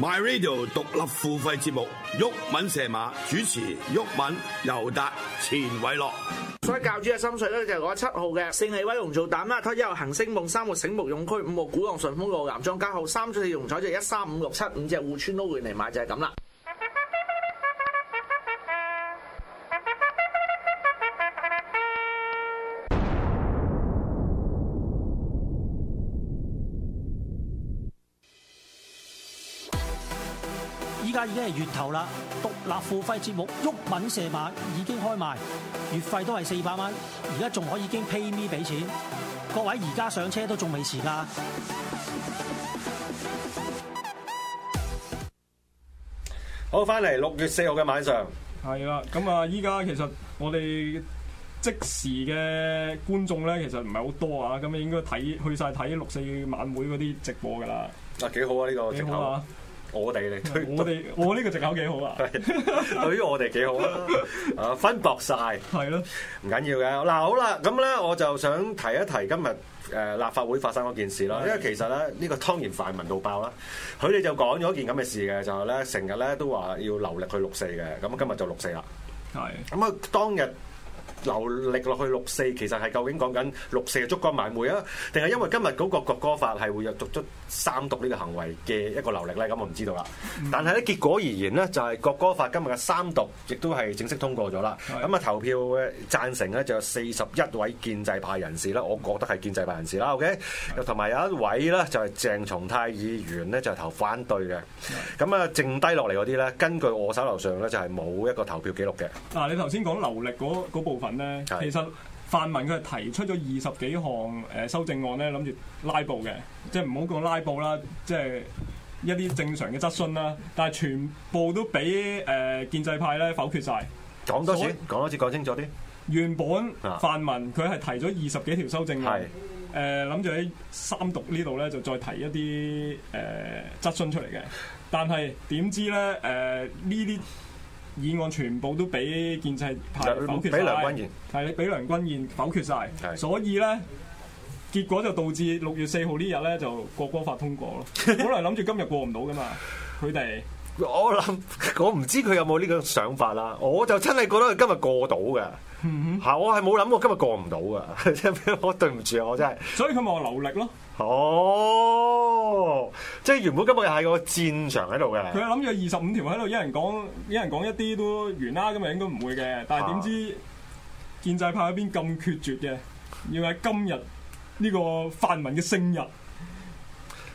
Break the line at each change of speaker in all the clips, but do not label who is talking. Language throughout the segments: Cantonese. My Radio 獨立付費節目，毓民射馬主持，毓民、尤達、錢偉樂。
所以教主嘅心水咧就係嗰七號嘅勝利威龍做膽啦，推一號恒星夢，三號醒目勇區，五號古浪順風，六號南莊家號，三出四容彩就一三五六七五隻互村撈完嚟買就係咁啦。
依家已經係月頭啦，獨立付費節目《鬱敏射馬》已經開賣，月費都係四百蚊，而家仲可以經 pay me 俾錢。各位而家上車都仲未遲㗎。
好，翻嚟六月四號嘅晚上，
係啦，咁啊，依家其實我哋即時嘅觀眾咧，其實唔係好多啊，咁應該睇去晒睇六四晚會嗰啲直播噶啦，
啊幾好啊呢個
幾
藉
好
口
啊！，
我哋嚟推，
我哋我呢個藉口幾好啊，
對於我哋幾好啊！啊分薄晒。
係咯，
唔緊要嘅。嗱好啦，咁咧我就想提一提今日。誒立法會發生嗰件事啦，
嗯
因為其實咧呢個當然泛民到爆啦，佢哋就講咗件咁嘅事嘅，就係咧成日咧都話要留力去六四嘅，咁今日就六四啦。
係
咁啊，當日流力落去六四，其實係究竟講緊六四嘅燭光晚會啊，定係因為今日嗰個國歌法係會有作出三讀呢個行為嘅一個流力咧？咁我唔知道啦。但係咧結果而言呢，就係、國歌法今日嘅三讀，亦都係正式通過咗啦。
係
咁啊，投票嘅贊成咧就有四十一位建制派人士啦，我覺得係建制派人士啦。OK，又同埋有一位咧就係鄭松泰議員咧就係投反對嘅。咁啊，剩低落嚟嗰啲咧，根據我手頭上咧就係冇一個投票記錄嘅。
嗱，啊你頭先講流力嗰嗰部分咧，
係
其實泛民佢係提出咗二十幾項誒修正案咧，諗住拉布嘅，即係唔好講拉布啦，即係一啲正常嘅質詢啦，但係全部都俾誒建制派咧否決晒。
講多次
所以，
講多次，講清楚啲。
原本
啊
泛民佢係提咗二十幾條修正案
係，
誒諗住喺三讀呢度咧就再提一啲誒、呃、質詢出嚟嘅，但係點知咧誒呢啲議案全部都俾建制派否決晒
俾梁君
係俾梁君彥否決晒，
係
所以咧。結果就導致六月四號呢日咧就國歌法通過咯，本來諗住今日過唔到噶嘛，佢哋
我諗 我唔知佢有冇呢個想法啦，我就真係覺得佢今日過到嘅。
嗯
嚇！我係冇諗過今日過唔到嘅，即係 我對唔住啊！我真係，
所以佢咪話流力咯，
哦，即係原本今日係個戰場喺度
佢啊
嘅，
諗住二十五條喺度，一人講一人講一啲都完啦，咁啊應該唔會嘅。但係點
啊
知建制派嗰邊咁決絕嘅，要喺今日呢個泛民嘅聖日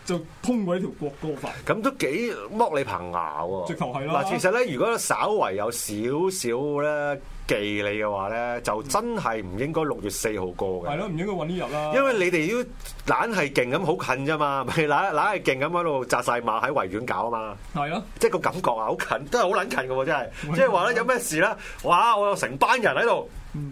就通過呢條國歌法。
咁都幾剝你棚牙喎。
直頭係啦
嗱，其實咧，如果稍為有少少咧忌你嘅話咧，就真係唔應該六月四號過嘅
係。咯，唔應該揾呢日啦。
因為你哋都懶係勁咁好近啫嘛，咪 懶懶係勁咁喺度扎晒馬喺維園搞啊嘛，
係咯，
即係個感覺啊，好近，真係好撚近嘅喎，真係，即係話咧有咩事啦，哇！我有成班人喺度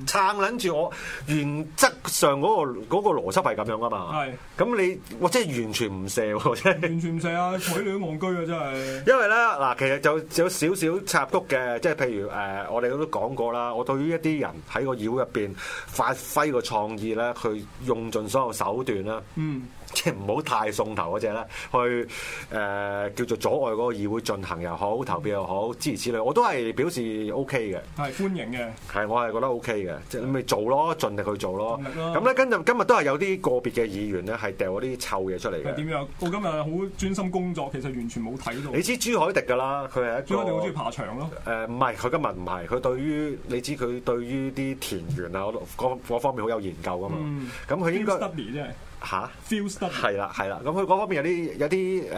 撐撚住我，原則上嗰、個嗰、個邏輯係咁樣噶嘛
係，
咁你我真係完全唔射喎，真係。
完全唔使啊，睬你都戇居啊，真係。
因為咧嗱，其實就有少少插曲嘅，即係譬如誒、呃我哋都講過啦，我對於一啲人喺個繞入邊發揮個創意咧，佢用盡所有手段啦。
嗯，
即係唔好太送頭嗰只咧，去誒、呃叫做阻礙嗰個議會進行又好，投票又好，諸如此類，我都係表示 O K 嘅，
係歡迎嘅。
係我係覺得 O K 嘅，即係你咪做咯，盡力去做咯。
盡力咯
咁咧，跟住今日都係有啲個別嘅議員咧，係掉嗰啲臭嘢出嚟
係點
嘅。
樣？我今日好專心工作，其實完全冇睇到。
你知朱海迪㗎啦，佢係一
所以我哋好中意
個
爬牆咯。
誒呃唔係，佢今日唔係，佢對於你知佢對於啲田園啊嗰嗰方面好有研究㗎嘛
嗯。
咁佢
Field
應該
study 真係
嚇。
，field study
係啦，係啦，咁佢嗰方面有啲有啲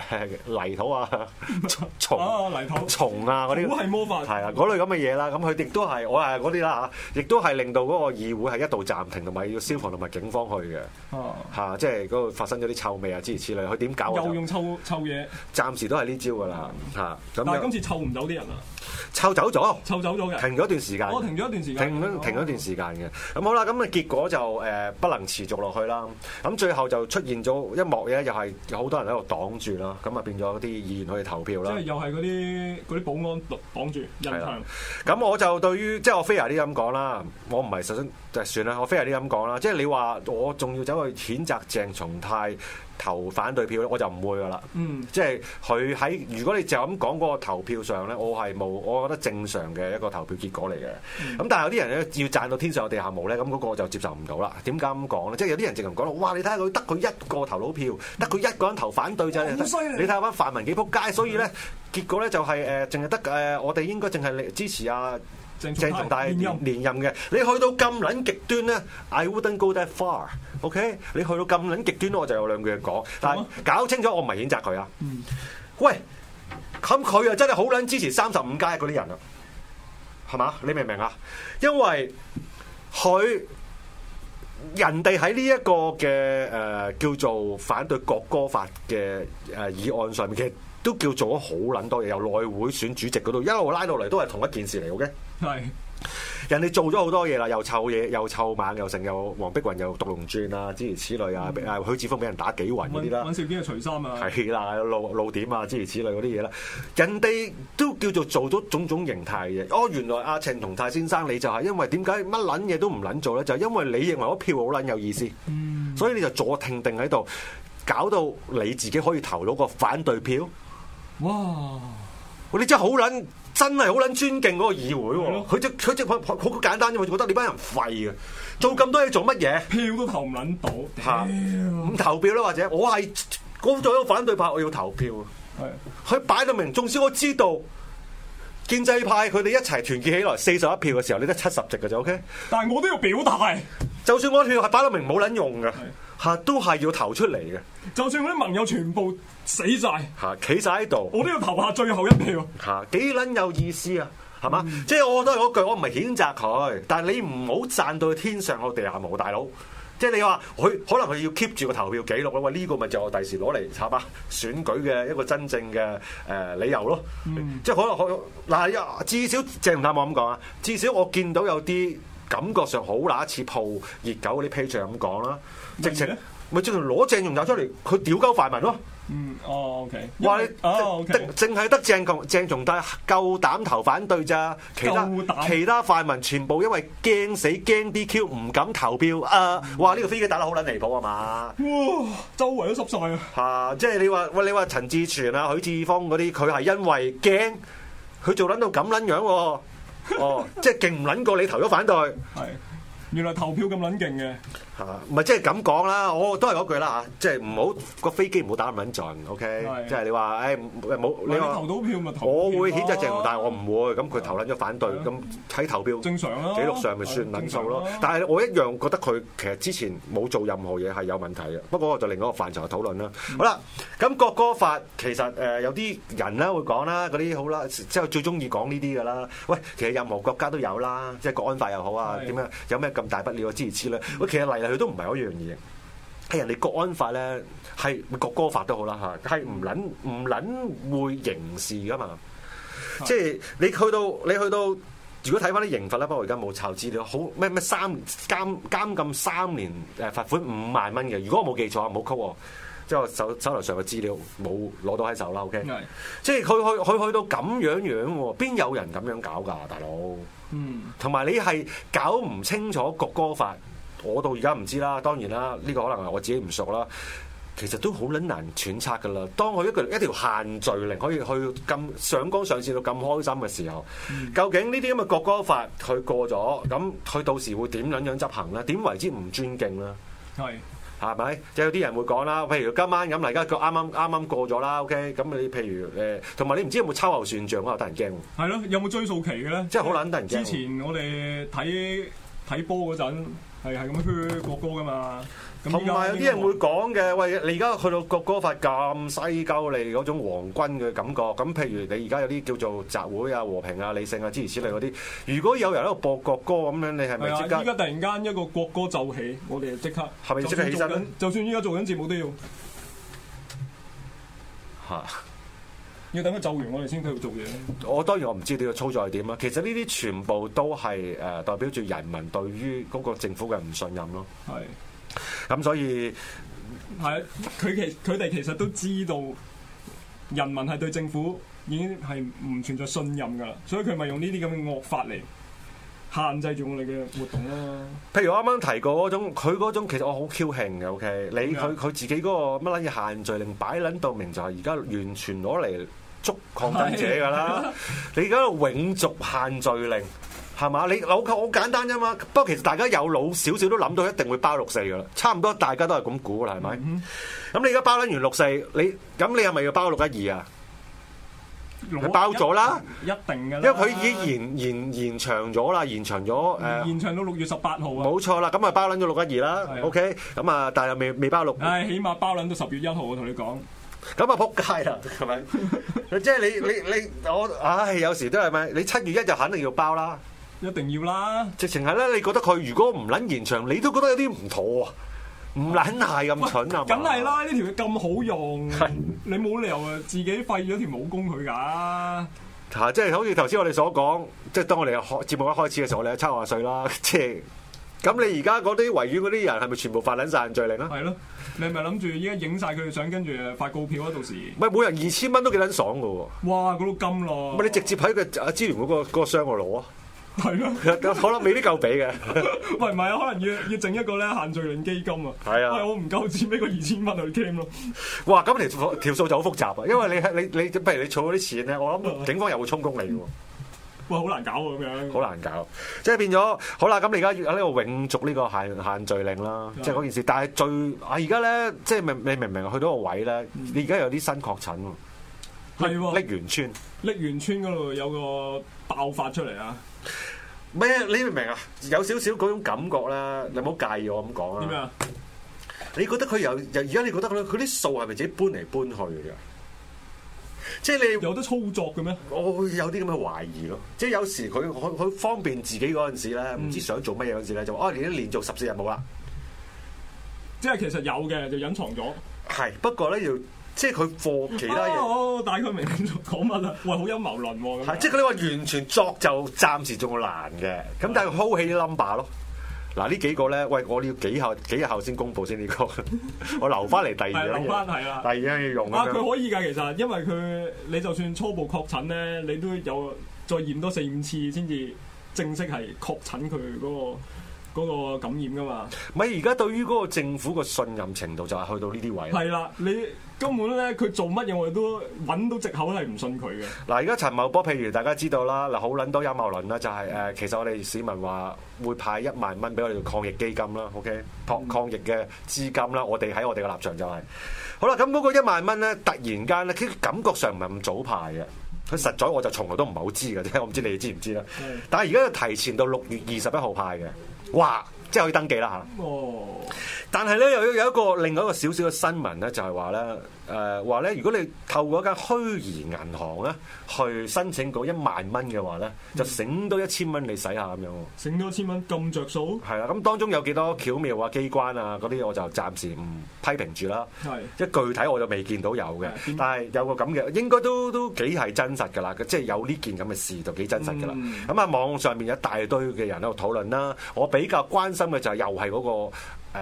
誒泥土啊、 蟲蟲
啊泥土
蟲啊嗰啲，
土係魔法
係啊嗰類咁嘅嘢啦。咁佢亦都係我係嗰啲啦嚇，亦都係令到嗰個議會係一度暫停，同埋要消防同埋警方去嘅
啊，
嚇，即係嗰度發生咗啲臭味啊諸如此類。佢點搞我
又
就
用臭臭嘢，
暫時都係呢招噶啦嚇。
但
咁
係
樣
今次臭唔走啲人啊，
抽走咗，
臭走咗嘅。
停咗一段時間。
我哦停咗一段時間，
停咗停咗一段時間嘅，咁好啦，咁啊結果就誒、呃不能持續落去啦，咁最後就出現咗一幕嘢，又係有好多人喺度擋住啦，咁啊變咗啲議員去投票
即
啦
係。又係嗰啲嗰啲保安擋擋住人
啦
牆，
咁我就對於即係我 fair 啲咁講啦，我唔係首先就算啦，我 fair 啲咁講啦，即係你話我仲要走去譴責鄭松泰投反對票咧，我就唔會噶啦。
嗯，
即係佢喺如果你就咁講嗰個投票上咧，我係冇，我覺得正常嘅一個投票結果嚟嘅。咁、但係有啲人咧要賺到天上有地下無咧，咁嗰個我就接受唔到啦。點解咁講咧？即係有啲人直情講啦，哇！你睇下佢得佢一個投到票，得佢一個人投反對就係
好犀利
你睇下班泛民幾撲街，所以咧結果咧就係誒淨係得誒我哋應該淨係支持啊。
鄭松
鄭同
泰
大
連任
連任嘅，你去到咁撚極端咧，I wouldn't go that far，OK？、你去到咁撚極端，我就有兩句嘢講，但係搞清楚，我唔係譴責佢
啊
啊。
嗯
喂，咁佢又真係好撚支持三十五街嗰啲人啊，係嘛？你明唔明啊？因為佢。人哋喺呢一個嘅誒、呃叫做反對國歌法嘅誒、呃、議案上面，其實都叫做咗好撚多嘢，由內會選主席嗰度一路拉到嚟都係同一件事嚟嘅。
係
人哋做咗好多嘢啦，又湊嘢，又湊猛，又成，又黃碧雲，又獨龍轉啊，諸如此類啊，啊許志峰俾人打幾暈嗰
尹
啲啦
尹。兆堅係除衫啊，
係啦，露露點啊，諸如此類嗰啲嘢啦，人哋都叫做做咗種種形態嘅。哦，原來阿陳同泰先生你就係因為點解乜撚嘢都唔撚做咧？就係因為你認為嗰票好撚有意思，所以你就坐停定喺度，搞到你自己可以投到個反對票。
哇！
喂，你真係好撚，真係好撚尊敬嗰個議
係
會喎
咯。
佢即佢即好好好簡單啫嘛，覺得你班人廢嘅，做咁多嘢做乜嘢？
票都投唔撚到，
嚇唔投票啦，或者我係我做一個反對派，我要投票。
係
佢擺到明，縱使我知道建制派佢哋一齊團結起來四十一票嘅時候，你得七十席嘅啫，OK？
但係我都要表態，
就算我票係擺到明冇撚用嘅，嚇都係要投出嚟嘅，
就算我啲盟友全部死晒，
嚇企晒喺度。
我都要投下最後一票。
嚇幾撚有意思啊！係嘛？即係我都係嗰句，我唔係譴責佢，但係你唔好賺到天上有地下無，大佬。即係你話佢可能佢要 keep 住個投票記錄啦，啊喂呢、個咪就係我第時攞嚟插啊選舉嘅一個真正嘅誒、呃理由咯。即係可能可嗱，至少鄭唔太冇咁講啊，至少我見到有啲感覺上好乸似鋪熱狗嗰啲 page 咁講啦，
例
直
如
情
呢
咪直情攞鄭容友出嚟，佢屌鳩泛民咯。
嗯，哦，OK，因
話
為
你
哦，OK，
淨淨係得鄭同鄭松泰夠膽投反對咋，其他
夠膽
其他泛民全部因為驚死驚 DQ 唔敢投票啊！哇！呢個飛機打得好撚離譜啊嘛〜
哇，周圍都濕晒啊！
嚇、即係你話喂，你話陳志全啊、許志峰嗰啲，佢係因為驚，佢做撚到咁撚 樣喎、哦，即係勁唔撚過你投咗反對，
係，原來投票咁撚勁嘅，
嚇、唔係即係咁講啦，我都係嗰句啦嚇，即係唔好個飛機唔好打咁撚盡，OK，
係
即係你話誒唔冇
你
你話
投到票咪投票咯。啊
我會譴責鄭容，但係我唔會。咁佢投撚咗反對，咁喺投票
正常啦
記錄上咪算撚數
正常啊
咯
啦。
但係我一樣覺得佢其實之前冇做任何嘢係有問題嘅。不過我就另一個範疇去討論啦。
嗯
好啦，咁國歌法其實誒有啲人啦會講啦，嗰啲好啦，即係最中意講呢啲㗎啦。喂，其實任何國家都有啦，即係國安法又好啊，
係
點樣有咩咁大不了啊？諸如此類。喂，其實嚟嚟去都唔係嗰樣嘢。係人哋國安法咧，係國歌法都好啦嚇，係唔撚唔撚會刑事噶嘛？即係你去到你去到，如果睇翻啲刑罰咧，不過我而家冇抄資料，好咩咩三監監禁三年誒罰款五萬蚊嘅，如果我冇記錯啊，唔好曲喎。即係我手手頭上嘅資料冇攞到喺手啦，OK？
係，
即係佢去佢去到咁樣樣喎，邊有人咁樣搞㗎，大佬？
嗯，
同埋你係搞唔清楚國歌法，我到而家唔知啦。當然啦，呢、個可能係我自己唔熟啦。其實都好撚難揣測噶啦。當佢一個一條限聚令可以去咁上綱上線到咁開心嘅時候，究竟呢啲咁嘅國歌法佢過咗，咁佢到時會點撚樣執行咧？點為之唔尊敬咧？
係，
係咪？即係有啲人會講啦，譬如今晚咁，嗱而家佢啱啱啱啱過咗啦，OK，咁你譬如誒，同埋你唔知有冇秋後算帳啊？得人驚喎，
係咯，有冇追溯期嘅咧？
即係好撚得人驚
之
喎。
前我哋睇睇波嗰陣係係咁樣吹國歌噶嘛，咁
同埋有啲人會
會
講嘅，喂，你而家去到國歌法咁西鳩你嗰種皇軍嘅感覺，咁譬如你而家有啲叫做集會啊、和平啊、理性啊諸如此類嗰啲，如果有人喺度播國歌咁樣，你係
係
咪
啊！
即
依家
刻？
突然間一個國歌奏起，我哋就即刻
係咪即刻起
就
身
算做緊就算依家做緊節目都要
嚇！
要等佢奏完，我哋先繼續做嘢。
我當然我唔知你個操作係點啦。啊其實呢啲全部都係誒、呃代表住人民對於嗰個政府嘅唔信任咯。
係
咁所以
係，啊佢其佢哋其實都知道人民係對政府已經係唔存在信任㗎啦，所以佢咪用呢啲咁嘅惡法嚟限制住我哋嘅活動啦。
譬如我啱啱提過嗰種，佢嗰種其實我好僥興嘅。OK，你
咩啊
佢佢自己嗰個乜撚嘢限聚令擺撚到明，就係而家完全攞嚟捉抗爭者㗎啦。 你而家永續限聚令係嘛？你好好簡單啫嘛。不過其實大家有腦少少都諗到一定會包六四㗎啦，差唔多大家都係咁估啦，係咪？咁、
嗯
你而家包撚完六四，你咁你係咪要包六一二啊？
攞
包咗啦
一一定嘅，
因為佢已經延延延長咗啦，延長咗誒。
延長到六月十八號啊。
冇錯啦，咁啊包撚咗六一二啦
係啊
，OK，咁啊，但係又未未包六，咁啊
唉，起碼包撚到十月一號，我同你講。
撲啊街啦，係咪？即係你你你我，唉，有時都係咪？你七月一就肯定要包啦，
一定要啦！
直情係咧，你覺得佢如果唔撚延長，你都覺得有啲唔妥啊，唔撚係咁蠢啊，
梗係，啦，呢條嘢咁好用
係，
你冇理由啊自己廢咗條武功佢㗎。
嚇，啊即係好似頭先我哋所講，即係當我哋開節目一開始嘅時候，我哋係七廿歲啦， 即係咁你而家嗰啲維園嗰啲人係咪全部發撚晒限聚令啊？
係咯，你係咪諗住依家影晒佢嘅相，跟住發告票啊？到時，
唔係每人二千蚊都幾撚爽嘅喎，
哇，嗰度金咯，
咪你直接喺個資源嗰個嗰個箱度攞啊！
係咯，
可能未必夠俾嘅，
喂，唔係啊，可能要要整一個咧限聚令基金啊，
係啊
喂，我唔夠錢俾個二千蚊去 claim 咯，
哇！咁條條數就好複雜啊，因為你你你，譬如你儲嗰啲錢咧，我
嗯
諗警方又會充公你嘅喎，
喂，好難搞啊咁樣，
好難搞。即係變咗好啦，咁你而家喺呢度永續呢個限限聚令啦，
嗯
即係嗰件事。但係最啊而家咧，即係明你明唔明啊？去到個位咧，你而家有啲新確診喎，
嗯係喎，
瀝源村
瀝源村嗰度有個爆發出嚟啊，
咩？你明唔明啊？有少少嗰種感覺啦，你唔好介意我咁講
點樣
啊。
啊？
你覺得佢有有而家你覺得佢佢啲數係咪自己搬嚟搬去嘅啫？即係你
有得操作嘅咩？
我會有啲咁嘅懷疑咯，即係有時佢佢佢方便自己嗰陣時咧，
嗯
唔知想做乜嘢嗰陣時咧，就話啊，你都連續十四日冇啦。
即係其實有嘅，就隱藏咗。
係，不過咧要即係佢貨其他嘢，
哦，大概明你講乜啦？喂，好陰謀論喎咁樣啊
係即係你話完全作就暫時仲難嘅，咁但係 hold 起啲 number 咯。嗱呢幾個咧，喂，我要幾後幾日後先公佈先呢個， 我留翻嚟第二
係
樣
留翻
嘢，
係啦
第。二樣嘢用
啊，
咁
佢
樣。
可以㗎，其實因為佢你就算初步確診咧，你都有再驗多四五次先至正式係確診佢嗰、個嗰、個感染㗎嘛。
咪而家對於嗰個政府個信任程度就係去到呢啲位啦。
係啦，你根本咧佢做乜嘢我哋都揾到藉口係唔信佢嘅。
嗱，而家陳茂波，譬如大家知道啦，嗱，好撚多陰謀論啦，就係、誒，其實我哋市民話會派一萬蚊俾我哋做抗疫基金啦，OK，抗抗疫嘅資金啦，我哋喺我哋嘅立場就係、好啦，咁嗰個一萬蚊咧，突然間咧，佢感覺上唔係咁早派嘅。佢實在我就從來都唔係好知嘅啫，我 唔知你哋知唔知啦
係。
但係而家就提前到六月二十一號派嘅，哇！即係可以登記啦嚇。
哦，
但係咧，又有一個另外一個少少嘅新聞咧，就係話咧，誒話咧，如果你透過一間虛擬銀行咧去申請嗰一萬蚊嘅話咧，就醒到一千蚊你使下咁樣喎。
剩多千蚊咁着數，
係啦，咁當中有幾多巧妙啊、機關啊嗰啲，我就暫時唔批評住啦。
係
即係具體我就未見到有嘅
嗯，
但係有個咁嘅，應該都都幾係真實㗎啦，即係有呢件咁嘅事就幾真實㗎啦
嗯。
咁啊、網上面有一大堆嘅人喺度討論啦，我比較關心嘅就係又係嗰、個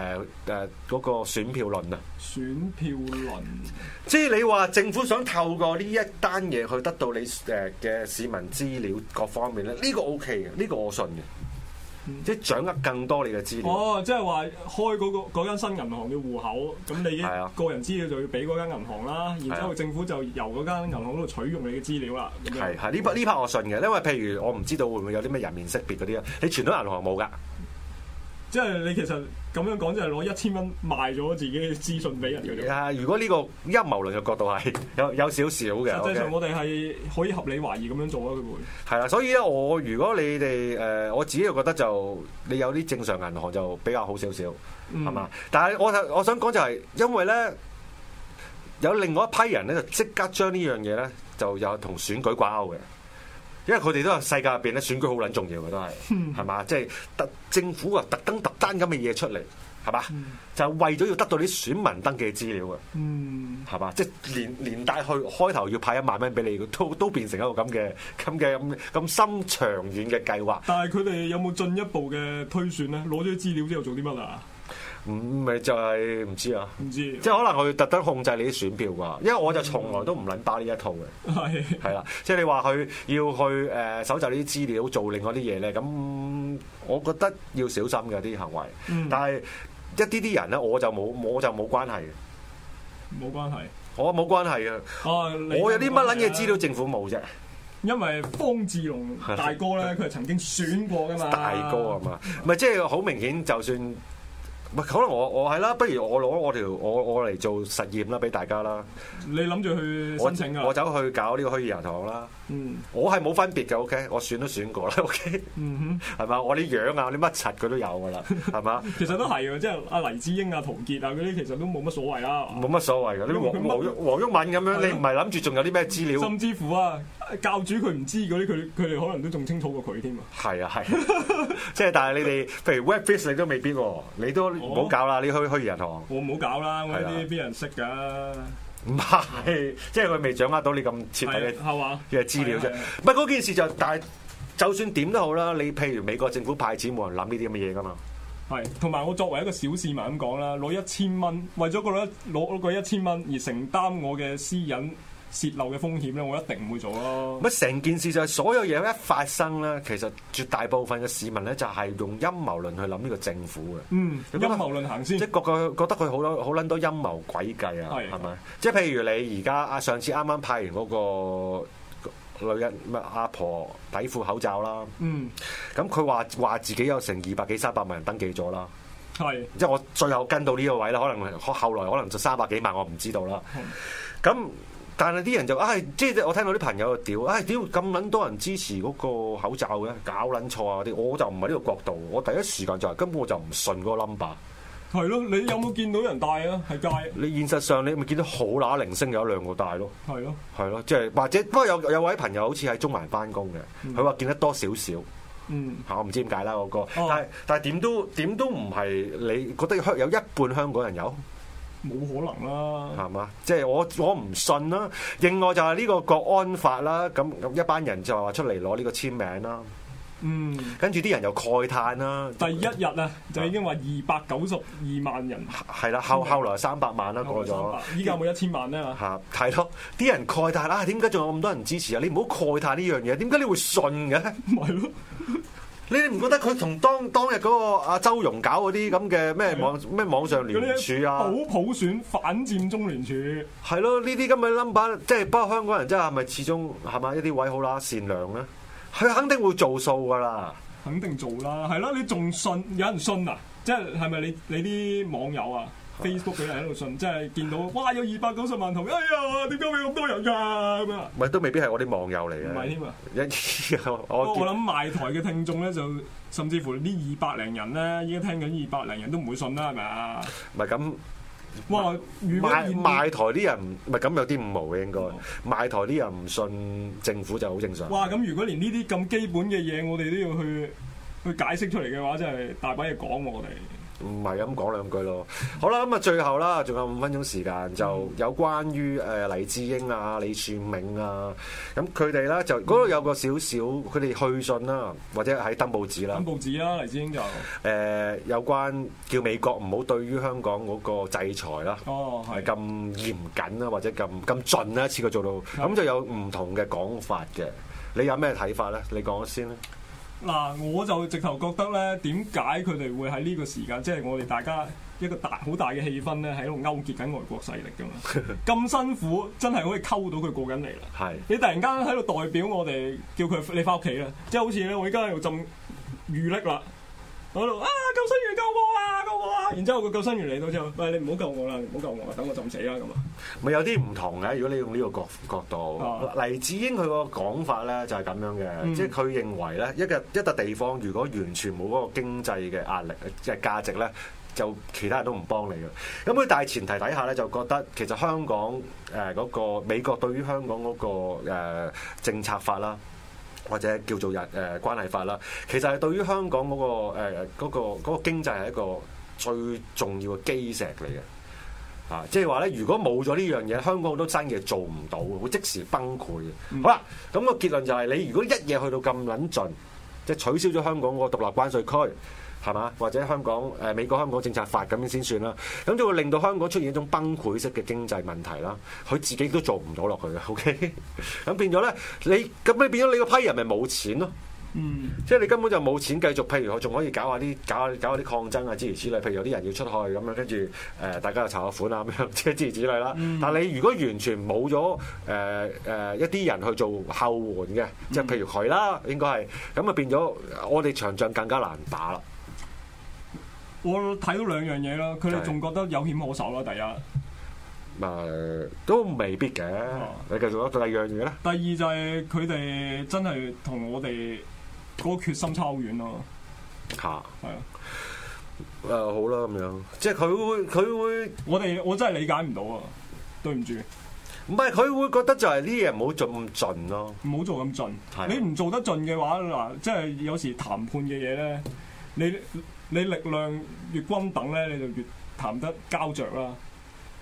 誒誒嗰個選票論啊，
選票輪
即係你話政府想透過呢一單嘢去得到你誒嘅市民資料各方面咧，呢、個 O K 嘅，呢、個我信嘅，即係掌握更多你嘅資
嗯
料。
哦，即係話開嗰、個嗰間新銀行嘅戶口，咁你
係啊
個人資料就要俾嗰間銀行啦，然之
係
後
啊
政府就由嗰間銀行嗰度取用你嘅資料啦。咁樣
係係呢 part 呢 part 我信嘅，因為譬如我唔知道會唔會有啲咩人面識別嗰啲啊，你傳統銀行冇㗎。
即係你其實咁樣講，即係攞一千蚊賣咗自己嘅資訊俾人嘅啫。
啊！如果呢個陰謀論嘅角度係 有有少少嘅
實際上
啊 OK
我哋係可以合理懷疑咁樣做啊，佢會
係啦，所以咧我如果你哋誒、呃我自己又覺得就你有啲正常銀行就比較好少少，
嗯
係嘛？但係我就我想講就係因為咧有另外一批人咧就即刻將呢樣嘢咧就有同選舉掛鈎嘅。因為佢哋都係世界入邊咧選舉好撚重要嘅都係，
嗯
係嘛？即係特政府啊特登特單咁嘅嘢出嚟，係嘛？就係為咗要得到啲選民登記資料啊嘅。
嗯，
係嘛？即係連連帶去開頭要派一萬蚊俾你，都都變成一個咁嘅咁嘅咁咁深長遠嘅計劃。
但係佢哋有冇進一步嘅推算咧？攞咗啲資料之後做啲乜啊？
唔咪就係唔知啊。
唔知
即係可能佢特登控制你啲選票啩，因為我就從來都唔撚巴呢一套嘅。
係
係啦，即係你話佢要去誒、呃搜集呢啲資料做另外啲嘢咧，咁嗯我覺得要小心嘅啲行為。
嗯
但係一啲啲人咧，我就冇我就冇關係嘅，
冇關係。
我冇關係嘅。
啊，你
我有啲乜撚嘢資料？政府冇啫，
因為方志龍大哥咧，佢係曾經選過噶嘛。
大哥啊係嘛？咪即係好明顯，就算唔係可能我我係啦，不如我攞我條我我嚟做實驗啦，俾大家啦。
你諗住去
我
申請啊？
我走去搞呢個虛擬銀行啦，
嗯
我係冇分別嘅，OK，我選都選過啦，OK。
嗯哼，
係嘛？我啲樣啊，我啲乜柒佢都有㗎啦，係嘛？
其實都係嘅，即係阿黎智英啊、陶傑啊嗰啲，其實都冇乜所謂啊啦。
冇乜所謂㗎。你
因為佢
黃黃
乜
黃毓民咁
係
樣，
咯
你唔係諗住仲有啲咩資料？
甚至乎啊，教主佢唔知嗰啲，佢佢哋可能都仲清楚過佢添啊。
係啊 係，即係但係你哋，譬如 Webface 你都未必喎，你都唔
哦
好搞啦，你去虛擬銀行，
我唔好搞啦，我呢
係啊
啲邊人識㗎？
唔係，即係佢未掌握到你咁徹底嘅
係啊係嘛？
嘅資料啫
係啊。
唔係嗰件事就但係。就算點都好啦，你譬如美國政府派錢，冇人諗呢啲咁嘅嘢噶嘛，
係，同埋我作為一個小市民咁講啦，攞一千蚊，為咗嗰一攞嗰一千蚊而承擔我嘅私隱泄漏嘅風險咧，我一定唔會做咯。
乜啊成件事就係所有嘢一發生咧，其實絕大部分嘅市民咧就係用陰謀論去諗呢個政府嘅。
嗯，陰謀論行先
啊即。係個個覺得佢好多好撚多陰謀詭計啊，
係
係咪？即係譬如你而家啊，上次啱啱派完嗰個女人咩阿婆底褲口罩啦，
嗯，
咁佢話話自己有成二百幾三百萬人登記咗啦，
係。
即係我最後跟到呢個位啦，可能後來可能就三百幾萬，我唔知道啦。咁但係啲人就唉、即係我聽到啲朋友就屌，唉、屌咁撚多人支持嗰個口罩嘅，搞撚錯啊嗰啲，我就唔係呢個角度，我第一時間就係、根本我就唔信嗰個 number。
係咯，你有冇見到人戴啊？喺街
你現實上你咪見到好乸零星有一兩個大咯，
係咯，
係咯，即係或者不過有有位朋友好似喺中環翻工嘅，佢話見得多少少嚇，
嗯，
我唔知點解啦嗰個，但係但係點都點都唔係你覺得香有一半香港人有
冇可能啦。
係嘛？即係我我唔信啦。另外就係呢個國安法啦，咁咁一班人就話出嚟攞呢個簽名啦，
嗯，
跟住啲人又慨嘆啦，
第一日啊，就已經話二百九十二萬人
係啦，後後來三百萬啦過咗。
依家有冇一千萬咧嚇。
嚇係咯，啲人慨嘆啊，點解仲有咁多人支持啊？你唔好慨嘆呢樣嘢，點解你會信嘅？
咪係咯，
你哋唔覺得佢同當當日嗰個阿周融搞嗰啲咁嘅咩網咩網上
嗰
聯
啲
署啊？
保普選反佔中聯署，
係咯，呢啲咁嘅 number，即係不過香港人真係咪始終係咪一啲位好啦善良咧？佢肯定會做數㗎啦，
肯定做啦。係啦，你仲信有人信啊？即係係咪你你啲網友啊？Facebook 俾人喺度信，即係見到哇有二百九十萬同，哎呀點解會咁多人㗎咁樣啊？
咪都未必係我啲網友嚟
唔係
嘅。
添啊！不過
一 我
我
見
諗賣台嘅聽眾咧，就甚至乎呢二百零人咧，依家聽緊二百零人都唔會信啦，係咪啊？
唔係咁
哇！如果
賣
現
賣台啲人唔唔係咁有啲五毛嘅應該，賣台啲人唔信政府就好正常。
哇！咁如果連呢啲咁基本嘅嘢，我哋都要去去解釋出嚟嘅話，真係大把嘢講喎我哋。
唔係咁講兩句咯。好啦，咁啊最後啦，仲有五分鐘時間，
嗯
就有關於誒黎智英啊、李柱銘啊，咁佢哋咧就嗰度有個少少佢哋去信啦，或者喺登報紙啦
揾，報紙啦，黎智英就
誒呃有關叫美國唔好對於香港嗰個制裁啦。
哦係
係咁嚴謹啊啦，或者咁咁盡啦，一次過做到，咁就有唔同嘅講法嘅。你有咩睇法咧？你講先啦。
嗱，我就直頭覺得咧，點解佢哋會喺呢個時間，即係我哋大家一個大好大嘅氣氛咧，喺度勾結緊外國勢力㗎嘛？咁辛苦，真係可以溝到佢過緊嚟啦。
係
你突然間喺度代表我哋，叫佢你翻屋企啦，即係好似咧，我而家喺度浸雨溺啦，喺度啊救生員救我啊救我啊！然之後個救生員嚟到之後，喂你唔好救我啦，你唔好救我啊，等我浸死啦咁啊！
咪有啲唔同嘅，如果你用呢個角角度，
啊
黎智英佢個講法咧就係咁樣嘅，即係佢認為咧一個一笪地方如果完全冇嗰個經濟嘅壓力嘅價值咧，就其他人都唔幫你嘅。咁佢大前提底下咧就覺得其實香港誒嗰、個美國對於香港嗰、個、呃、政策法啦。或者叫做日誒、呃、關係法啦，其實係對於香港嗰、個誒嗰、個嗰個經濟係一個最重要嘅基石嚟嘅。啊，即係話咧，如果冇咗呢樣嘢，香港好多新嘢做唔到嘅，會即時崩潰嘅。好啦，咁、個結論就係、你如果一夜去到咁撚盡，即係取消咗香港個獨立關稅區，係嘛？或者香港誒、呃美國香港政策法咁樣先算啦。咁就會令到香港出現一種崩潰式嘅經濟問題啦。佢自己都做唔到落去嘅，OK？咁變咗咧，你咁你變咗你嗰批人咪冇錢咯。
嗯，
即係你根本就冇錢繼續，譬如我仲可以搞下啲搞下搞下啲抗爭啊，諸如此類。譬如有啲人要出去咁樣，跟住誒大家又籌下款啊咁樣， 即係諸如此類啦。
嗯
但係你如果完全冇咗誒誒一啲人去做後援嘅，即係譬如佢啦，應該係咁啊，變咗我哋場仗更加難打啦。
我睇到兩樣嘢啦，佢
就
哋
係
仲覺得有險可守啦，第一。
誒、啊都未必嘅，
哦
你繼續啦。第二樣嘢咧，
第二就係佢哋真係同我哋嗰個決心差好遠咯，
嚇誒、
係啊！
好啦咁樣，即係佢會佢會。
我哋我真係理解唔到啊，對唔住，
唔係佢會覺得就係呢啲嘢唔好盡咁盡咯，
唔好做咁盡
係啊。
你唔做得盡嘅話，嗱，即係有時談判嘅嘢咧，你你力量越均等咧，你就越談得膠着啦。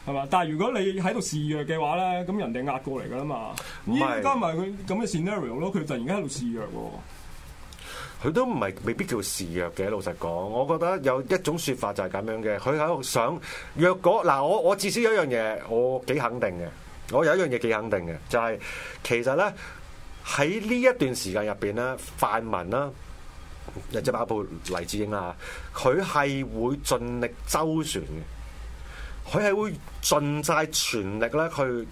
係嘛？但係如果你喺度示弱嘅話咧，咁人哋壓過嚟㗎啦嘛。
唔係
依加埋佢咁嘅 scenario 咯，佢突然間喺度示弱喎。
佢都唔係未必叫示弱嘅。老實講，我覺得有一種説法就係咁樣嘅，佢喺度想若果嗱，我我至少有一樣嘢我幾肯定嘅，我有一樣嘢幾肯定嘅，就係、其實咧喺呢一段時間入邊咧，泛民啦。即係包括黎智英啦，佢係會盡力周旋嘅，佢係會盡晒全力咧去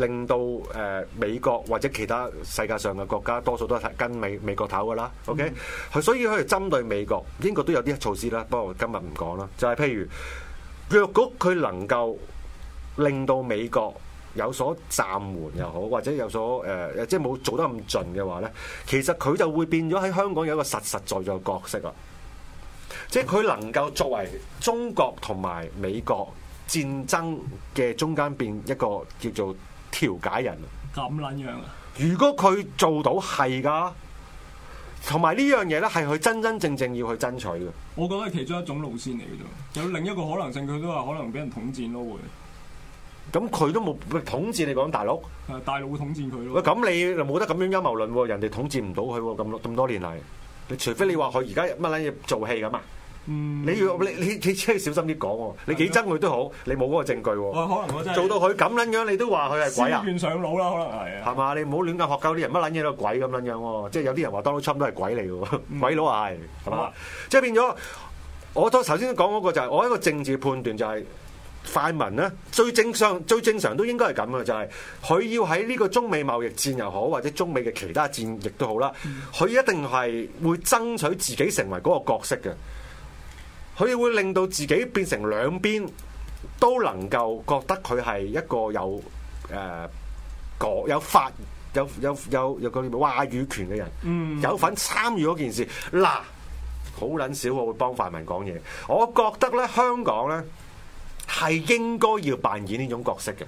令到誒、呃美國或者其他世界上嘅國家，多數都係跟美美國頭噶啦。OK，佢、所以佢係針對美國，英國都有啲措施啦，不過今日唔講啦。就係、譬如，若果佢能夠令到美國有所暫緩又好，或者有所誒、呃即係冇做得咁盡嘅話咧，其實佢就會變咗喺香港有一個實實在在嘅角色啦。即係佢能夠作為中國同埋美國戰爭嘅中間變一個叫做調解人。
咁撚樣啊！
如果佢做到係㗎，同埋呢樣嘢咧係佢真真正正要去爭取嘅。
我覺得係其中一種路線嚟嘅啫，有另一個可能性，佢都話可能俾人統戰咯，會
咁佢都冇喂統治你講大陸，
誒呃大陸會統戰佢
喂
咯。
咁你冇得咁樣陰謀論喎，人哋統治唔到佢喎，咁咁多年嚟，你除非你話佢而家乜撚嘢做戲咁啊，
嗯，
你要你你你真係小心啲講喎，你幾憎佢都好，你冇嗰個證據
喂，
喎，
可能我真係
做到佢咁撚樣你都話佢係鬼啊
先！願上腦啦，可能係
係
啊。
嘛？你唔好亂咁學鳩啲人，乜撚嘢都係鬼咁撚樣喎。即係有啲人話 Donald Trump 都係鬼嚟嘅喎，鬼佬啊係，係
嗯好
嘛
啊？
即係變咗，我都頭先講嗰個就係、我一個政治判斷就係、泛民咧最正常最正常都應該係咁嘅，就係、佢要喺呢個中美貿易戰又好，或者中美嘅其他戰役都好啦，
嗯
佢一定係會爭取自己成為嗰個角色嘅。佢會令到自己變成兩邊都能夠覺得佢係一個有誒講、有發有有有有個叫咩話語權嘅人，
嗯
有份參與嗰件事。嗱，好撚少我會幫泛民講嘢，我覺得咧香港咧係應該要扮演呢種角色嘅，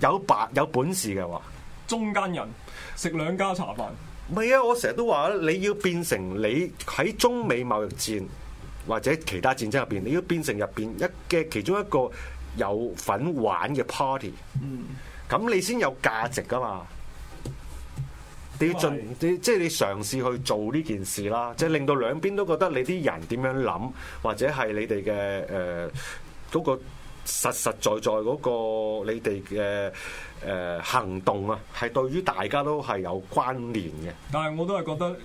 有扮有本事嘅話。
中間人食兩家茶飯，
唔係啊！我成日都話啦，你要變成你喺中美貿易戰或者其他戰爭入邊，你要變成入邊一嘅其中一個有份玩嘅 party，
嗯，
咁你先有價值噶嘛。你要盡
咁，
你即係你嘗試去做呢件事啦，即係令到兩邊都覺得你啲人點樣諗，或者係你哋嘅誒嗰個實實在在嗰個你哋嘅誒行動啊，係對於大家都係有關聯嘅。
但係我都係覺得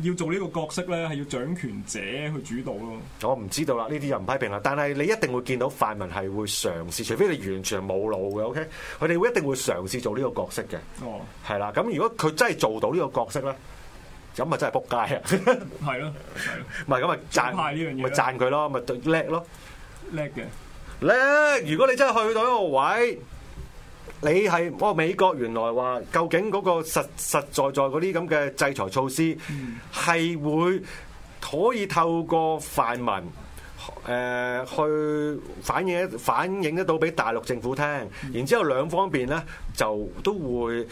要做呢個角色咧，係要掌權者去主導咯。
我唔知道啦，呢啲就唔批評啦。但係你一定會見到泛民係會嘗試，除非你完全冇腦嘅，OK？佢哋會一定會嘗試做呢個角色嘅，
哦，
係啦。咁如果佢真係做到呢個角色咧，咁咪真係撲街啊！
係咯，係咯，
唔係咁咪讚，
好派呢樣嘢
咪讚佢咯，咪對叻咯。
叻嘅。
咧，如果你真係去到一個位，你係哦美國原來話，究竟嗰個實實在在嗰啲咁嘅制裁措施係會可以透過泛民誒、呃去反映反映得到俾大陸政府聽，然之後兩方面咧就都會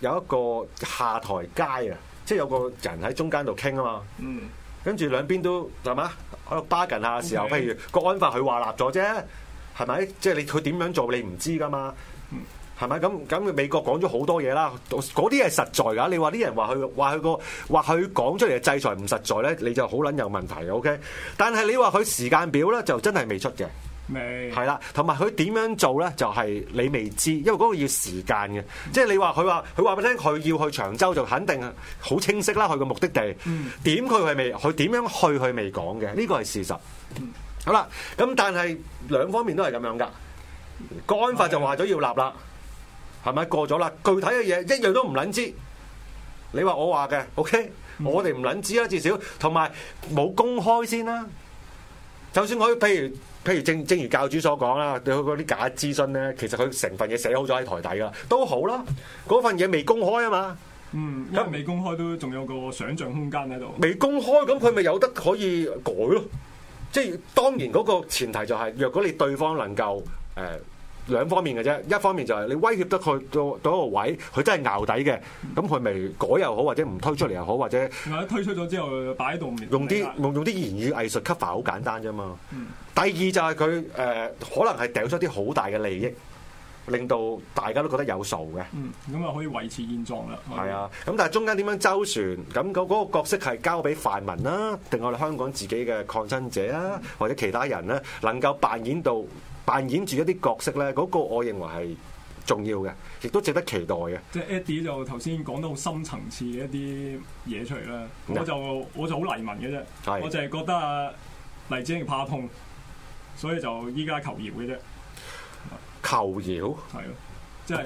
有一個下台階啊，即係有個人喺中間度傾啊嘛。
嗯，
跟住兩邊都係嘛喺度巴緊下嘅時候，
OK
譬如國安法佢話立咗啫，係咪？即係你佢點樣做你唔知噶嘛。係咪？咁咁美國講咗好多嘢啦，嗰啲係實在㗎。你話啲人話佢話佢個話佢講出嚟嘅制裁唔實在咧，你就好撚有問題嘅。OK，但係你話佢時間表咧就真係未出嘅。
未
係啦，同埋佢點樣做咧，就係、你未知，因為嗰個要時間嘅。即係你話佢話佢話俾你聽，佢要去長洲就肯定好清晰啦，佢個目的地點佢係未，佢點樣去佢未講嘅，呢個係事實。好啦，咁但係兩方面都係咁樣噶。個安法就話咗要立啦，係咪過咗啦？具體嘅嘢一樣都唔撚知。你話我話嘅，OK，我哋唔撚知啦，至少同埋冇公開先啦。就算佢譬如譬如正正如教主所講啦，佢嗰啲假諮詢咧，其實佢成份嘢寫好咗喺台底噶啦，都好啦。嗰份嘢未公開啊嘛，
嗯，因為未公開都仲有個想像空間喺度。
未公開咁佢咪有得可以改咯。即係當然嗰個前提就係、若果你對方能夠誒、呃、兩方面嘅啫，一方面就係你威脅得佢到到一個位，佢真係熬底嘅，咁佢咪改又好，或者唔推出嚟又好，或者
或者推出咗之後擺喺度唔
用啲
理啦
用用啲言語藝術 cover 好簡單啫嘛。第二就係佢誒可能係掉出啲好大嘅利益，令到大家都覺得有數嘅。
嗯，咁啊可以維持現狀啦。
係啊，咁但係中間點樣周旋？咁嗰嗰個角色係交俾泛民啦，定我哋香港自己嘅抗爭者啊，或者其他人咧，能夠扮演到扮演住一啲角色咧，嗰、個我認為係重要嘅，亦都值得期待嘅。
即係 Eddie 就頭先講得好深層次嘅一啲嘢出嚟啦。
嗯
我就我就好黎民嘅啫，
係
我就係覺得啊黎智英怕痛，所以就依家求饒嘅啫，
求饒
係咯，即係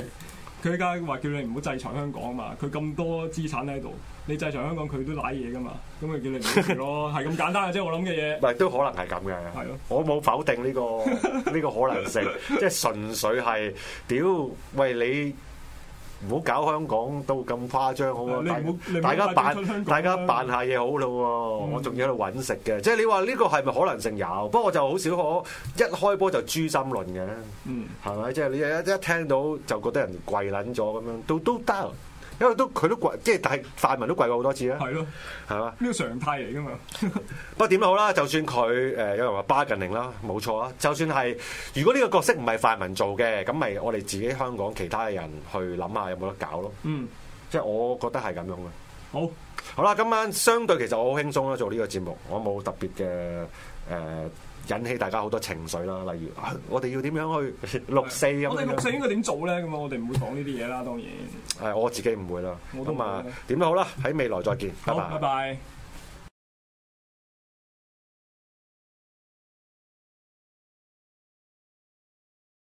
佢依家話叫你唔好制裁香港啊嘛，佢咁多資產喺度，你制裁香港佢都賴嘢噶嘛，咁咪叫你唔好住咯，係咁簡單嘅啫，我諗嘅嘢。
咪都可能係咁嘅。
係咯
我冇否定呢、 個呢個可能性，即係純粹係屌喂你唔好搞香港到咁誇張好啊
你唔好你！唔好
大家
快啲出
扮
香港
大家
啦嗯
扮下嘢好咯喎，我仲要喺度揾食嘅，即係你話呢個係咪可能性有？不過我就好少可一開波就誅心論嘅，
嗯
係咪？即係你一一聽到就覺得人跪撚咗咁樣，都都得。因為都佢都跪，即係但係泛民都跪過好多次啦，
係咯，
係嘛？
呢個常態嚟噶嘛。
不過點都好啦，就算佢誒、呃有人話 bargaining 啦，冇錯啊。就算係如果呢個角色唔係泛民做嘅，咁咪我哋自己香港其他嘅人去諗下有冇得搞咯。
嗯，
即係我覺得係咁樣嘅。
好，
好啦，今晚相對其實我好輕鬆啦，做呢個節目，我冇特別嘅誒、呃引起大家好多情緒啦。例如啊我哋要點樣去六四咁樣。
我哋六四應該點做咧？咁我哋唔會講呢啲嘢啦，當然。
誒我自己唔會啦。
我都唔會
咁啊
啦，
點都好啦，喺未來再見，
好，
拜
拜拜。